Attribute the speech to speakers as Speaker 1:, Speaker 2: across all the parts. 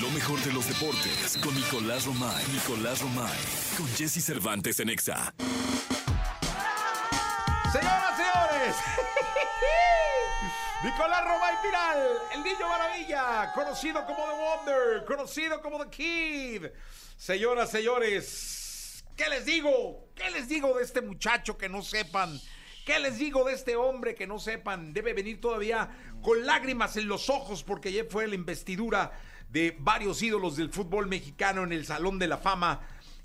Speaker 1: Lo mejor de los deportes con Nicolás Romay. Nicolás Romay. Con Jesse Cervantes en Exa.
Speaker 2: Señoras, señores. Nicolás Romay Piral, el niño maravilla, conocido como The Wonder, conocido como The Kid. Señoras, señores, ¿qué les digo? ¿Qué les digo de este muchacho que no sepan? ¿Qué les digo de este hombre que no sepan? Debe venir todavía con lágrimas en los ojos porque ayer fue la investidura de varios ídolos del fútbol mexicano en el Salón de la Fama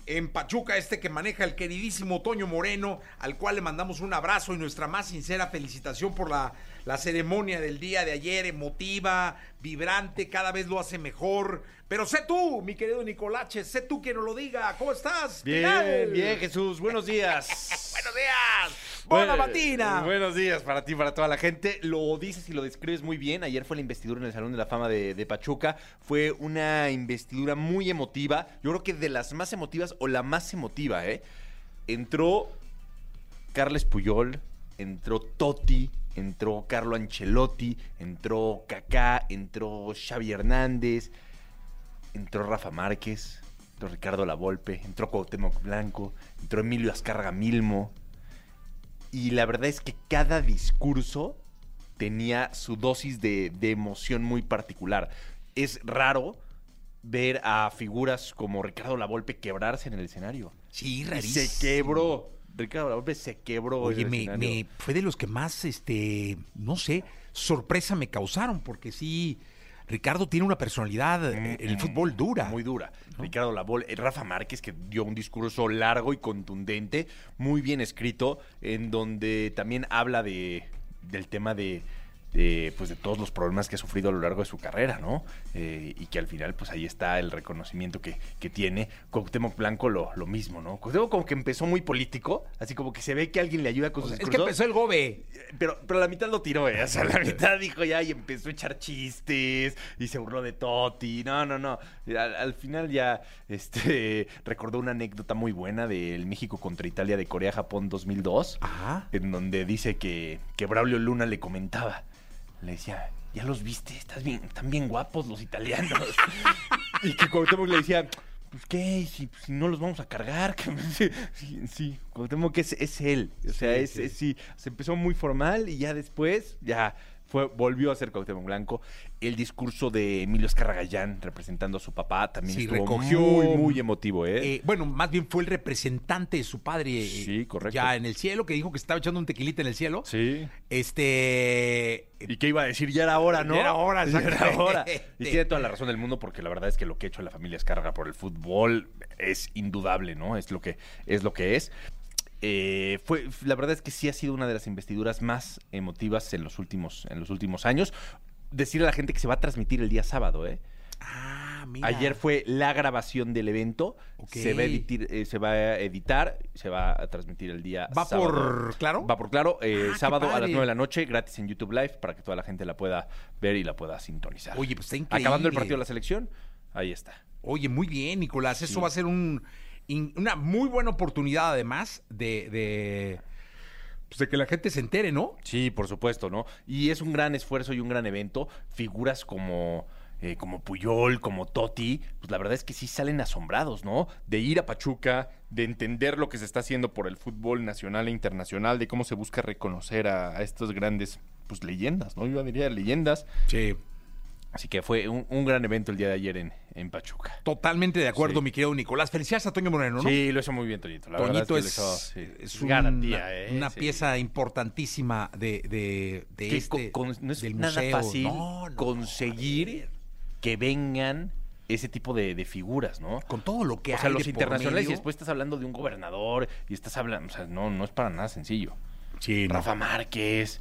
Speaker 2: en Pachuca, este que maneja el queridísimo Toño Moreno, al cual le mandamos un abrazo y nuestra más sincera felicitación por la, la ceremonia del día de ayer, emotiva, vibrante, cada vez lo hace mejor. Pero sé tú, mi querido Nicolache, sé tú quien nos lo diga. ¿Cómo estás?
Speaker 3: Bien,
Speaker 2: Pinal?
Speaker 3: bien, Pues, Jesús. Buenos días.
Speaker 2: Buenos días. Buena
Speaker 3: Buen-
Speaker 2: matina.
Speaker 3: eh, Buenos días para ti, para toda la gente. Lo dices y lo describes muy bien. Ayer fue la investidura en el Salón de la Fama de, de Pachuca. Fue una investidura muy emotiva. Yo creo que de las más emotivas o la más emotiva, ¿eh? Entró Carles Puyol, entró Totti, entró Carlo Ancelotti, entró Kaká, entró Xavi Hernández, entró Rafa Márquez, entró Ricardo Lavolpe, entró Cuauhtémoc Blanco, entró Emilio Azcárraga Milmo. Y la verdad es que cada discurso tenía su dosis de, de emoción muy particular. Es raro ver a figuras como Ricardo Lavolpe quebrarse en el escenario.
Speaker 2: Sí,
Speaker 3: Y se quebró. Ricardo Lavolpe se quebró. en
Speaker 2: Oye,
Speaker 3: el
Speaker 2: me,
Speaker 3: escenario.
Speaker 2: me- fue de los que más, este, no sé, sorpresa me causaron, porque sí, Ricardo tiene una personalidad, eh, el fútbol dura.
Speaker 3: Mm, Muy dura. Ricardo Labol, eh, Rafa Márquez, que dio un discurso largo y contundente, muy bien escrito, en donde también habla de, del tema de, de, pues, de todos los problemas que ha sufrido a lo largo de su carrera, ¿no? Eh, y que al final, pues ahí está el reconocimiento que, que tiene. Cuauhtémoc Blanco, lo, lo mismo, ¿no? Cuauhtémoc como que empezó muy político, así como que se ve que alguien le ayuda con sus
Speaker 2: es que
Speaker 3: discursos.
Speaker 2: empezó el gobe.
Speaker 3: Pero, pero la mitad lo tiró, ¿eh? O sea, la mitad dijo ya y empezó a echar chistes y se burló de Toti. No, no, no. Al, al final ya este, recordó una anécdota muy buena del México contra Italia de Corea-Japón 2002,
Speaker 2: Ajá.
Speaker 3: en donde dice que, que Braulio Luna le comentaba. Le decía, ¿ya los viste? Estás bien, están bien guapos los italianos. y que Cuauhtémoc le decía... Pues qué, si, si no los vamos a cargar. Sí, sí, sí, Cuauhtémoc es, es él. O sea,
Speaker 2: Sí,
Speaker 3: es,
Speaker 2: sí.
Speaker 3: es- sí, se empezó muy formal y ya después, ya fue, volvió a ser Cuauhtémoc Blanco. El discurso de Emilio Escarragallán representando a su papá también
Speaker 2: Sí,
Speaker 3: estuvo
Speaker 2: recogió,
Speaker 3: muy, muy emotivo, ¿eh?
Speaker 2: Eh, bueno, más bien fue el representante de su padre. eh,
Speaker 3: Sí, correcto.
Speaker 2: Ya en el cielo, que dijo que estaba echando un tequilita en el cielo.
Speaker 3: sí.
Speaker 2: Este.
Speaker 3: ¿Y qué iba a decir? Ya era hora, ¿no?
Speaker 2: Ya era hora,
Speaker 3: ya era
Speaker 2: exactamente.
Speaker 3: hora. Y tiene toda la razón del mundo porque la verdad es que lo que ha hecho la familia Escarga por el fútbol es indudable, ¿no? Es lo que es. Lo que es. Eh, fue, la verdad es que sí ha sido una de las investiduras más emotivas en los últimos, en los últimos años. Decirle a la gente que se va a transmitir el día sábado, ¿eh?
Speaker 2: Ah, mira.
Speaker 3: Ayer fue la grabación del evento.
Speaker 2: Ok.
Speaker 3: Se, va a editir- eh, se va a editar, se va a transmitir el día
Speaker 2: ¿Va
Speaker 3: sábado.
Speaker 2: por Claro?
Speaker 3: Va por claro, eh,
Speaker 2: Ah, qué
Speaker 3: sábado a las
Speaker 2: padre.
Speaker 3: 9 de la noche, gratis en YouTube Live, para que toda la gente la pueda ver y la pueda sintonizar.
Speaker 2: Oye, pues está increíble.
Speaker 3: Acabando el partido de la selección, ahí está.
Speaker 2: Oye, muy bien, Nicolás. Eso
Speaker 3: Sí.
Speaker 2: va a ser un, in- una muy buena oportunidad, además, de, de, pues, de que la gente se entere, ¿no?
Speaker 3: Sí, por supuesto, ¿no? Y es un gran esfuerzo y un gran evento. Figuras como, eh, como Puyol, como Totti, pues la verdad es que sí salen asombrados, ¿no? De ir a Pachuca, de entender lo que se está haciendo por el fútbol nacional e internacional, de cómo se busca reconocer a, a estas grandes, pues leyendas, ¿no? Yo diría leyendas.
Speaker 2: Sí.
Speaker 3: Así que fue un, un gran evento el día de ayer en, en Pachuca.
Speaker 2: Totalmente de acuerdo,
Speaker 3: Sí.
Speaker 2: mi querido Nicolás. Felicidades a Toño Moreno, ¿no?
Speaker 3: Sí, lo hizo muy bien Toñito. La verdad
Speaker 2: Toñito
Speaker 3: que lo
Speaker 2: es,
Speaker 3: hizo, sí.
Speaker 2: es una,
Speaker 3: Garantía, ¿eh?
Speaker 2: una
Speaker 3: Sí.
Speaker 2: pieza importantísima de, de, de
Speaker 3: Que
Speaker 2: este,
Speaker 3: co- con- no es
Speaker 2: del
Speaker 3: nada
Speaker 2: museo.
Speaker 3: fácil
Speaker 2: No, no, a
Speaker 3: conseguir
Speaker 2: ver,
Speaker 3: que vengan ese tipo de, de figuras, ¿no?
Speaker 2: con todo lo que
Speaker 3: o
Speaker 2: hay
Speaker 3: sea, los
Speaker 2: de por
Speaker 3: internacionales
Speaker 2: medio.
Speaker 3: y después estás hablando de un gobernador y estás hablando, o sea, no, no es para nada sencillo.
Speaker 2: Sí, no.
Speaker 3: Rafa Márquez,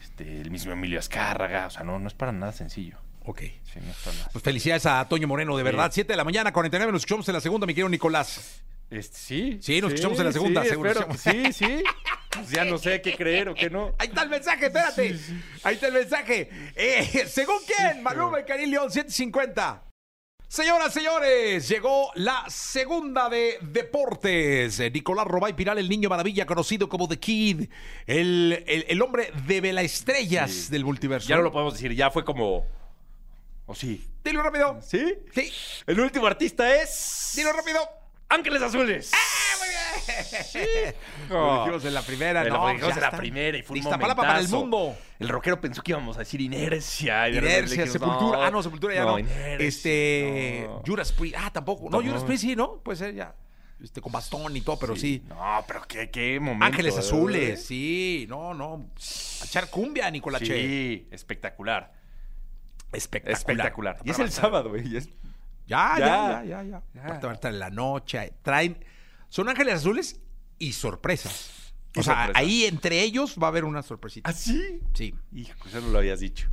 Speaker 3: este, el mismo Emilio Azcárraga, o sea, no, no es para nada sencillo.
Speaker 2: Ok.
Speaker 3: Sí, no es para nada.
Speaker 2: Pues felicidades a Toño Moreno, de
Speaker 3: Sí.
Speaker 2: verdad. 7 de la mañana, 49, nos escuchamos en la segunda, mi querido Nicolás.
Speaker 3: Este, sí.
Speaker 2: Sí, nos escuchamos en la segunda,
Speaker 3: sí,
Speaker 2: seguro.
Speaker 3: espero que Sí, sí. Pues ya no sé qué creer o qué no.
Speaker 2: Ahí está el mensaje, espérate. Ahí está el mensaje. Eh, ¿Según quién? Maluma y Karim León, 750. Señoras, señores, llegó la segunda de deportes. Eh, Nicolás Robay Piral, el niño maravilla, conocido como The Kid, el, el- el hombre de velaestrellas
Speaker 3: Sí.
Speaker 2: del multiverso.
Speaker 3: Ya no lo podemos decir, ya fue como. O sí.
Speaker 2: Dilo rápido.
Speaker 3: ¿Sí?
Speaker 2: Sí.
Speaker 3: El último artista es.
Speaker 2: Dilo rápido.
Speaker 3: Ángeles Azules.
Speaker 2: Ah, Lo dijimos en la primera,
Speaker 3: Pero
Speaker 2: no.
Speaker 3: lo pues dijimos
Speaker 2: ya
Speaker 3: en la
Speaker 2: está.
Speaker 3: primera y fue un
Speaker 2: Iztapalapa para el
Speaker 3: momentazo.
Speaker 2: mundo.
Speaker 3: El rockero pensó que íbamos a decir inercia. y de repente
Speaker 2: Inercia,
Speaker 3: dijimos,
Speaker 2: Sepultura. ah, no, Sepultura ya no.
Speaker 3: inercia,
Speaker 2: este.
Speaker 3: no.
Speaker 2: Judas Priest. Ah, tampoco. No,
Speaker 3: No.
Speaker 2: Judas Priest sí, ¿no? Puede ser ya. Este, con bastón y todo, pero sí.
Speaker 3: No, pero qué, qué momento.
Speaker 2: Ángeles
Speaker 3: ¿eh?
Speaker 2: Azules. Sí, no, no. A echar cumbia, Nicolás Che.
Speaker 3: Sí, espectacular.
Speaker 2: Espectacular.
Speaker 3: Espectacular. Y es
Speaker 2: Para
Speaker 3: el
Speaker 2: avanzar.
Speaker 3: sábado, güey. y es-
Speaker 2: Ya, ya,
Speaker 3: Ya.
Speaker 2: ya, ya. ya.
Speaker 3: Ya.
Speaker 2: Aparte van a estar en la noche. Traen. Son ángeles azules y sorpresas.
Speaker 3: Y
Speaker 2: o sea,
Speaker 3: sorpresas.
Speaker 2: ahí entre ellos va a haber una sorpresita.
Speaker 3: ¿Ah, sí?
Speaker 2: Sí.
Speaker 3: Hijo, eso no lo habías dicho.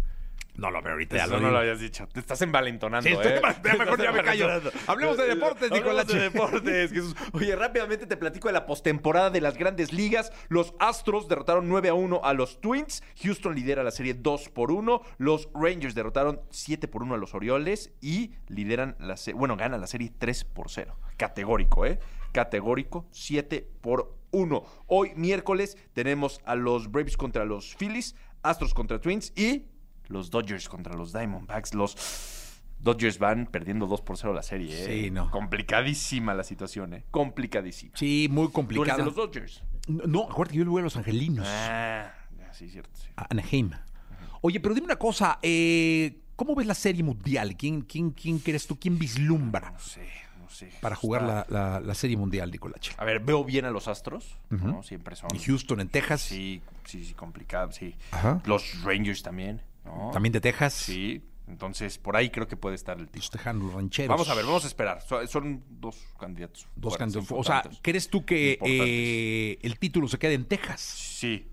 Speaker 2: No lo veo ahorita. Ya
Speaker 3: eso
Speaker 2: lo
Speaker 3: no
Speaker 2: digo.
Speaker 3: lo habías dicho. Te estás envalentonando,
Speaker 2: Sí, estoy
Speaker 3: ¿eh?
Speaker 2: mal- ya mejor
Speaker 3: Te
Speaker 2: ya me
Speaker 3: estás
Speaker 2: callo.
Speaker 3: envalentonando.
Speaker 2: Hablemos de deportes,
Speaker 3: Hablemos de
Speaker 2: Nicolache.
Speaker 3: deportes, Jesús. Oye, rápidamente te platico de la postemporada de las grandes ligas. Los Astros derrotaron 9 a 1 a los Twins. Houston lidera la serie 2 por 1. Los Rangers derrotaron 7 por 1 a los Orioles. Y lideran la serie. Bueno, ganan la serie 3 por 0. Categórico, ¿eh? Categórico 7 por 1. Hoy, miércoles, tenemos a los Braves contra los Phillies. Astros contra Twins y los Dodgers contra los Diamondbacks. Los Dodgers van perdiendo 2 por 0 la serie. ¿eh?
Speaker 2: Sí, no.
Speaker 3: Complicadísima la situación, ¿eh? Complicadísima.
Speaker 2: Sí, muy
Speaker 3: ¿Tú eres
Speaker 2: complicado.
Speaker 3: de los Dodgers?
Speaker 2: No, acuérdate que yo le voy a los angelinos.
Speaker 3: Ah, ya, sí, cierto. sí.
Speaker 2: A Anaheim. Oye, pero dime una cosa. eh, ¿Cómo ves la serie mundial? ¿Quién, quién, quién crees tú? ¿Quién vislumbra
Speaker 3: No sé, no sé.
Speaker 2: para jugar la, la- la serie mundial, Nicolache?
Speaker 3: A ver, veo bien a los Astros, ¿no? Siempre son.
Speaker 2: En Houston, en Texas.
Speaker 3: Sí, sí, sí, complicado, sí.
Speaker 2: Ajá.
Speaker 3: Los Rangers también, ¿no?
Speaker 2: También de Texas.
Speaker 3: Sí, entonces por ahí creo que puede estar el tipo.
Speaker 2: Los tejanos, los rancheros.
Speaker 3: Vamos a ver, vamos a esperar. So- Son dos candidatos.
Speaker 2: Dos
Speaker 3: fuertes,
Speaker 2: candidatos. O sea,
Speaker 3: importantes.
Speaker 2: ¿crees tú que
Speaker 3: Importantes.
Speaker 2: eh, el título se quede en Texas?
Speaker 3: Sí,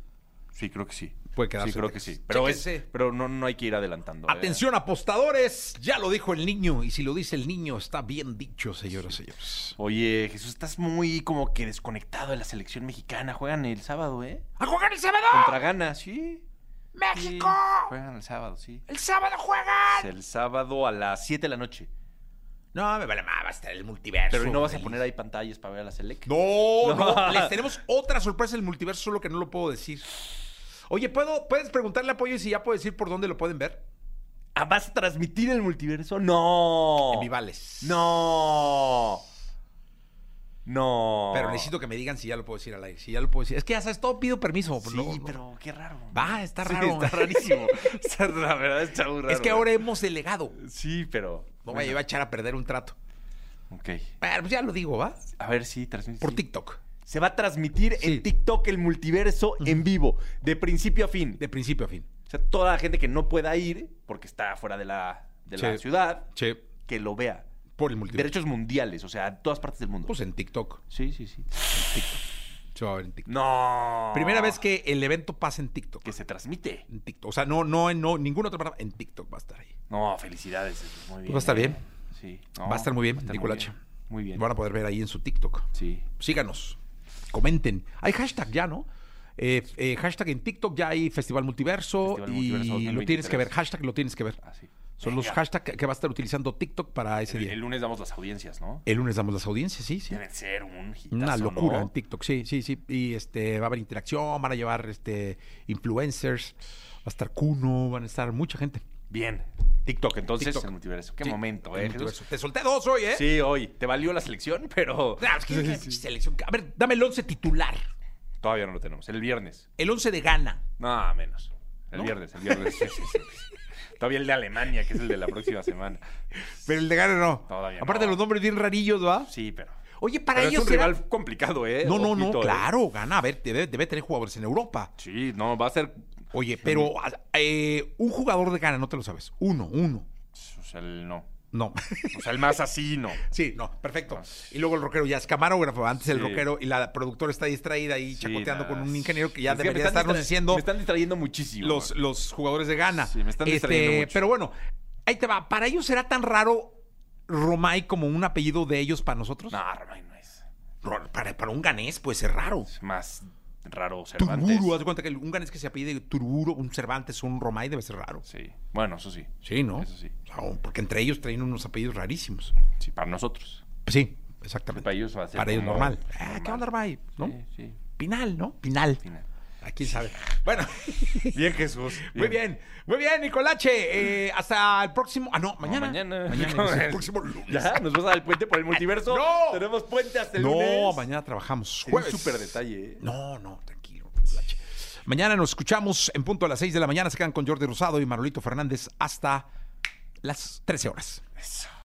Speaker 3: sí, creo que sí.
Speaker 2: Puede quedarse
Speaker 3: Sí, creo
Speaker 2: en
Speaker 3: que
Speaker 2: Texas.
Speaker 3: sí. Pero, es-
Speaker 2: Chéquense.
Speaker 3: pero no, no hay que ir adelantando. ¿eh?
Speaker 2: Atención apostadores, ya lo dijo el niño y si lo dice el niño está bien dicho, señoras y señores.
Speaker 3: Oye, Jesús, estás muy como que desconectado de la selección mexicana. Juegan el sábado, ¿eh?
Speaker 2: ¡A jugar el sábado!
Speaker 3: Contra Gana, sí. sí.
Speaker 2: ¡México!
Speaker 3: Juegan el sábado, sí.
Speaker 2: ¡El sábado juegan!
Speaker 3: Es el sábado a las 7 de la noche.
Speaker 2: No, me vale más, va a estar el multiverso.
Speaker 3: Pero ¿y no vas a
Speaker 2: feliz.
Speaker 3: poner ahí pantallas para ver a la selección.
Speaker 2: No, no,
Speaker 3: No.
Speaker 2: les tenemos otra sorpresa del multiverso, solo que no lo puedo decir. Oye, ¿puedo, ¿puedes preguntarle a Pollo si ya puedo decir por dónde lo pueden ver?
Speaker 3: Ah, ¿Vas a transmitir el multiverso? No.
Speaker 2: En Vivales.
Speaker 3: No. No.
Speaker 2: Pero necesito que me digan si ya lo puedo decir al aire. Si ya lo puedo decir. Es que ya sabes, todo pido permiso. pues,
Speaker 3: Sí,
Speaker 2: no- no-
Speaker 3: pero qué raro.
Speaker 2: Va, está
Speaker 3: Sí,
Speaker 2: raro.
Speaker 3: está rarísimo. Está- la verdad está muy raro. ¿eh?
Speaker 2: es que ahora hemos delegado.
Speaker 3: Sí, pero.
Speaker 2: No me iba a echar a perder un trato.
Speaker 3: Ok.
Speaker 2: Bueno, pues ya lo digo, ¿va?
Speaker 3: A ver si transmite.
Speaker 2: Por TikTok.
Speaker 3: Se va a transmitir
Speaker 2: Sí.
Speaker 3: en TikTok el multiverso en vivo, de principio a fin.
Speaker 2: De principio a fin.
Speaker 3: O sea, toda la gente que no pueda ir, porque está fuera de la, de la
Speaker 2: Sí.
Speaker 3: ciudad,
Speaker 2: Che,
Speaker 3: que lo vea.
Speaker 2: por el multiverso.
Speaker 3: Derechos mundiales, o sea, en todas partes del mundo.
Speaker 2: Pues en TikTok.
Speaker 3: sí, sí, sí.
Speaker 2: Se va a ver en TikTok.
Speaker 3: No.
Speaker 2: Primera vez que el evento pasa en TikTok.
Speaker 3: Que se transmite.
Speaker 2: En TikTok. O sea, no, no, en- no, ninguna otra plataforma. En TikTok va a estar ahí.
Speaker 3: No, felicidades. eso, Muy bien.
Speaker 2: Pues va a estar
Speaker 3: ¿eh?
Speaker 2: bien.
Speaker 3: Sí.
Speaker 2: Va a estar muy bien,
Speaker 3: va a estar
Speaker 2: Nicolache.
Speaker 3: bien. Muy bien.
Speaker 2: Van a poder ver ahí en su TikTok.
Speaker 3: Sí.
Speaker 2: Síganos. Comenten. Hay hashtag ya, ¿no? Eh, eh, hashtag en TikTok ya hay Festival Multiverso
Speaker 3: Festival
Speaker 2: y
Speaker 3: Multiverso
Speaker 2: lo
Speaker 3: 2023.
Speaker 2: tienes que ver. Hashtag lo tienes que ver.
Speaker 3: Así.
Speaker 2: Son los
Speaker 3: Venga.
Speaker 2: hashtags que, que va a estar utilizando TikTok para ese
Speaker 3: El,
Speaker 2: día.
Speaker 3: el
Speaker 2: El,
Speaker 3: lunes damos las audiencias, ¿no?
Speaker 2: lunes damos las audiencias, sí, sí.
Speaker 3: Deben ser un hitazo,
Speaker 2: Una locura
Speaker 3: ¿no?
Speaker 2: en TikTok, sí, sí, sí. Y este va a haber interacción, van a llevar este influencers, va a estar Kuno, van a estar mucha gente.
Speaker 3: Bien. TikTok, entonces,
Speaker 2: TikTok.
Speaker 3: el multiverso. Qué
Speaker 2: Sí,
Speaker 3: momento,
Speaker 2: el
Speaker 3: ¿eh?
Speaker 2: multiverso.
Speaker 3: Jesús?
Speaker 2: Te solté dos hoy, ¿eh?
Speaker 3: Sí, hoy. Te valió la selección, pero.
Speaker 2: Ah, es que- selección- A ver, dame el once titular.
Speaker 3: Todavía no lo tenemos. El viernes.
Speaker 2: El once de Ghana.
Speaker 3: No, menos. El
Speaker 2: ¿No?
Speaker 3: viernes, el viernes. Sí, sí, sí, sí. Todavía el de Alemania, que es el de la próxima semana.
Speaker 2: Pero el de Ghana no.
Speaker 3: Todavía no.
Speaker 2: Aparte los nombres bien rarillos, ¿va?
Speaker 3: Sí, pero.
Speaker 2: Oye, para
Speaker 3: pero
Speaker 2: ellos
Speaker 3: es un
Speaker 2: será-
Speaker 3: rival complicado, ¿eh?
Speaker 2: No, no, no,
Speaker 3: Ojito, ¿eh?
Speaker 2: claro, Ghana, a ver, debe, debe tener jugadores en Europa.
Speaker 3: Sí, no, va a ser.
Speaker 2: Oye, pero eh, un jugador de Ghana, no te lo sabes. Uno, uno.
Speaker 3: O sea, el no.
Speaker 2: No.
Speaker 3: O sea, el más así, no.
Speaker 2: Sí, no, perfecto. Y luego el rockero ya es camarógrafo. Antes el
Speaker 3: Ah. Sí.
Speaker 2: rockero y la productora está distraída ahí
Speaker 3: Sí,
Speaker 2: chacoteando
Speaker 3: nada.
Speaker 2: con un ingeniero que ya
Speaker 3: Es me
Speaker 2: debería
Speaker 3: están
Speaker 2: estarnos
Speaker 3: distra-
Speaker 2: diciendo
Speaker 3: Me están distrayendo muchísimo.
Speaker 2: los, los jugadores de Ghana. Este,
Speaker 3: Sí, me están distrayendo mucho.
Speaker 2: Pero bueno, ahí te va. ¿Para ellos será tan raro Romay como un apellido de ellos para nosotros?
Speaker 3: No, Romain no es.
Speaker 2: Ro- Para, para un ganés puede ser raro.
Speaker 3: Es más raro Cervantes.
Speaker 2: Tururu, haz de cuenta que un ganés que se apellide Tururu, un Cervantes, un Romay debe ser raro.
Speaker 3: Sí. Bueno, eso sí.
Speaker 2: Sí, ¿no?
Speaker 3: Eso sí.
Speaker 2: O sea, porque entre ellos traen unos apellidos rarísimos.
Speaker 3: Sí, para nosotros.
Speaker 2: Sí, exactamente.
Speaker 3: Para ellos va a ser
Speaker 2: Para ellos
Speaker 3: como
Speaker 2: normal. Ah, ¿Qué
Speaker 3: normal.
Speaker 2: onda, Romay? ¿No?
Speaker 3: Sí, sí.
Speaker 2: Pinal, ¿no? Pinal.
Speaker 3: Final.
Speaker 2: Aquí sabe. Bueno,
Speaker 3: Bien, Jesús.
Speaker 2: muy bien. Muy bien, Nicolache. Eh, hasta el próximo. Ah, no, mañana.
Speaker 3: mañana.
Speaker 2: Mañana. es el próximo lunes.
Speaker 3: Ya, nos vas al puente por el multiverso.
Speaker 2: ¡No!
Speaker 3: Tenemos puente hasta el
Speaker 2: no,
Speaker 3: lunes.
Speaker 2: mañana trabajamos.
Speaker 3: Tiene
Speaker 2: Jueves.
Speaker 3: Un súper detalle. ¿eh?
Speaker 2: No, no, tranquilo. Nicolache. Mañana nos escuchamos en punto a las 6 de la mañana. Se quedan con Jordi Rosado y Manolito Fernández hasta las 13 horas.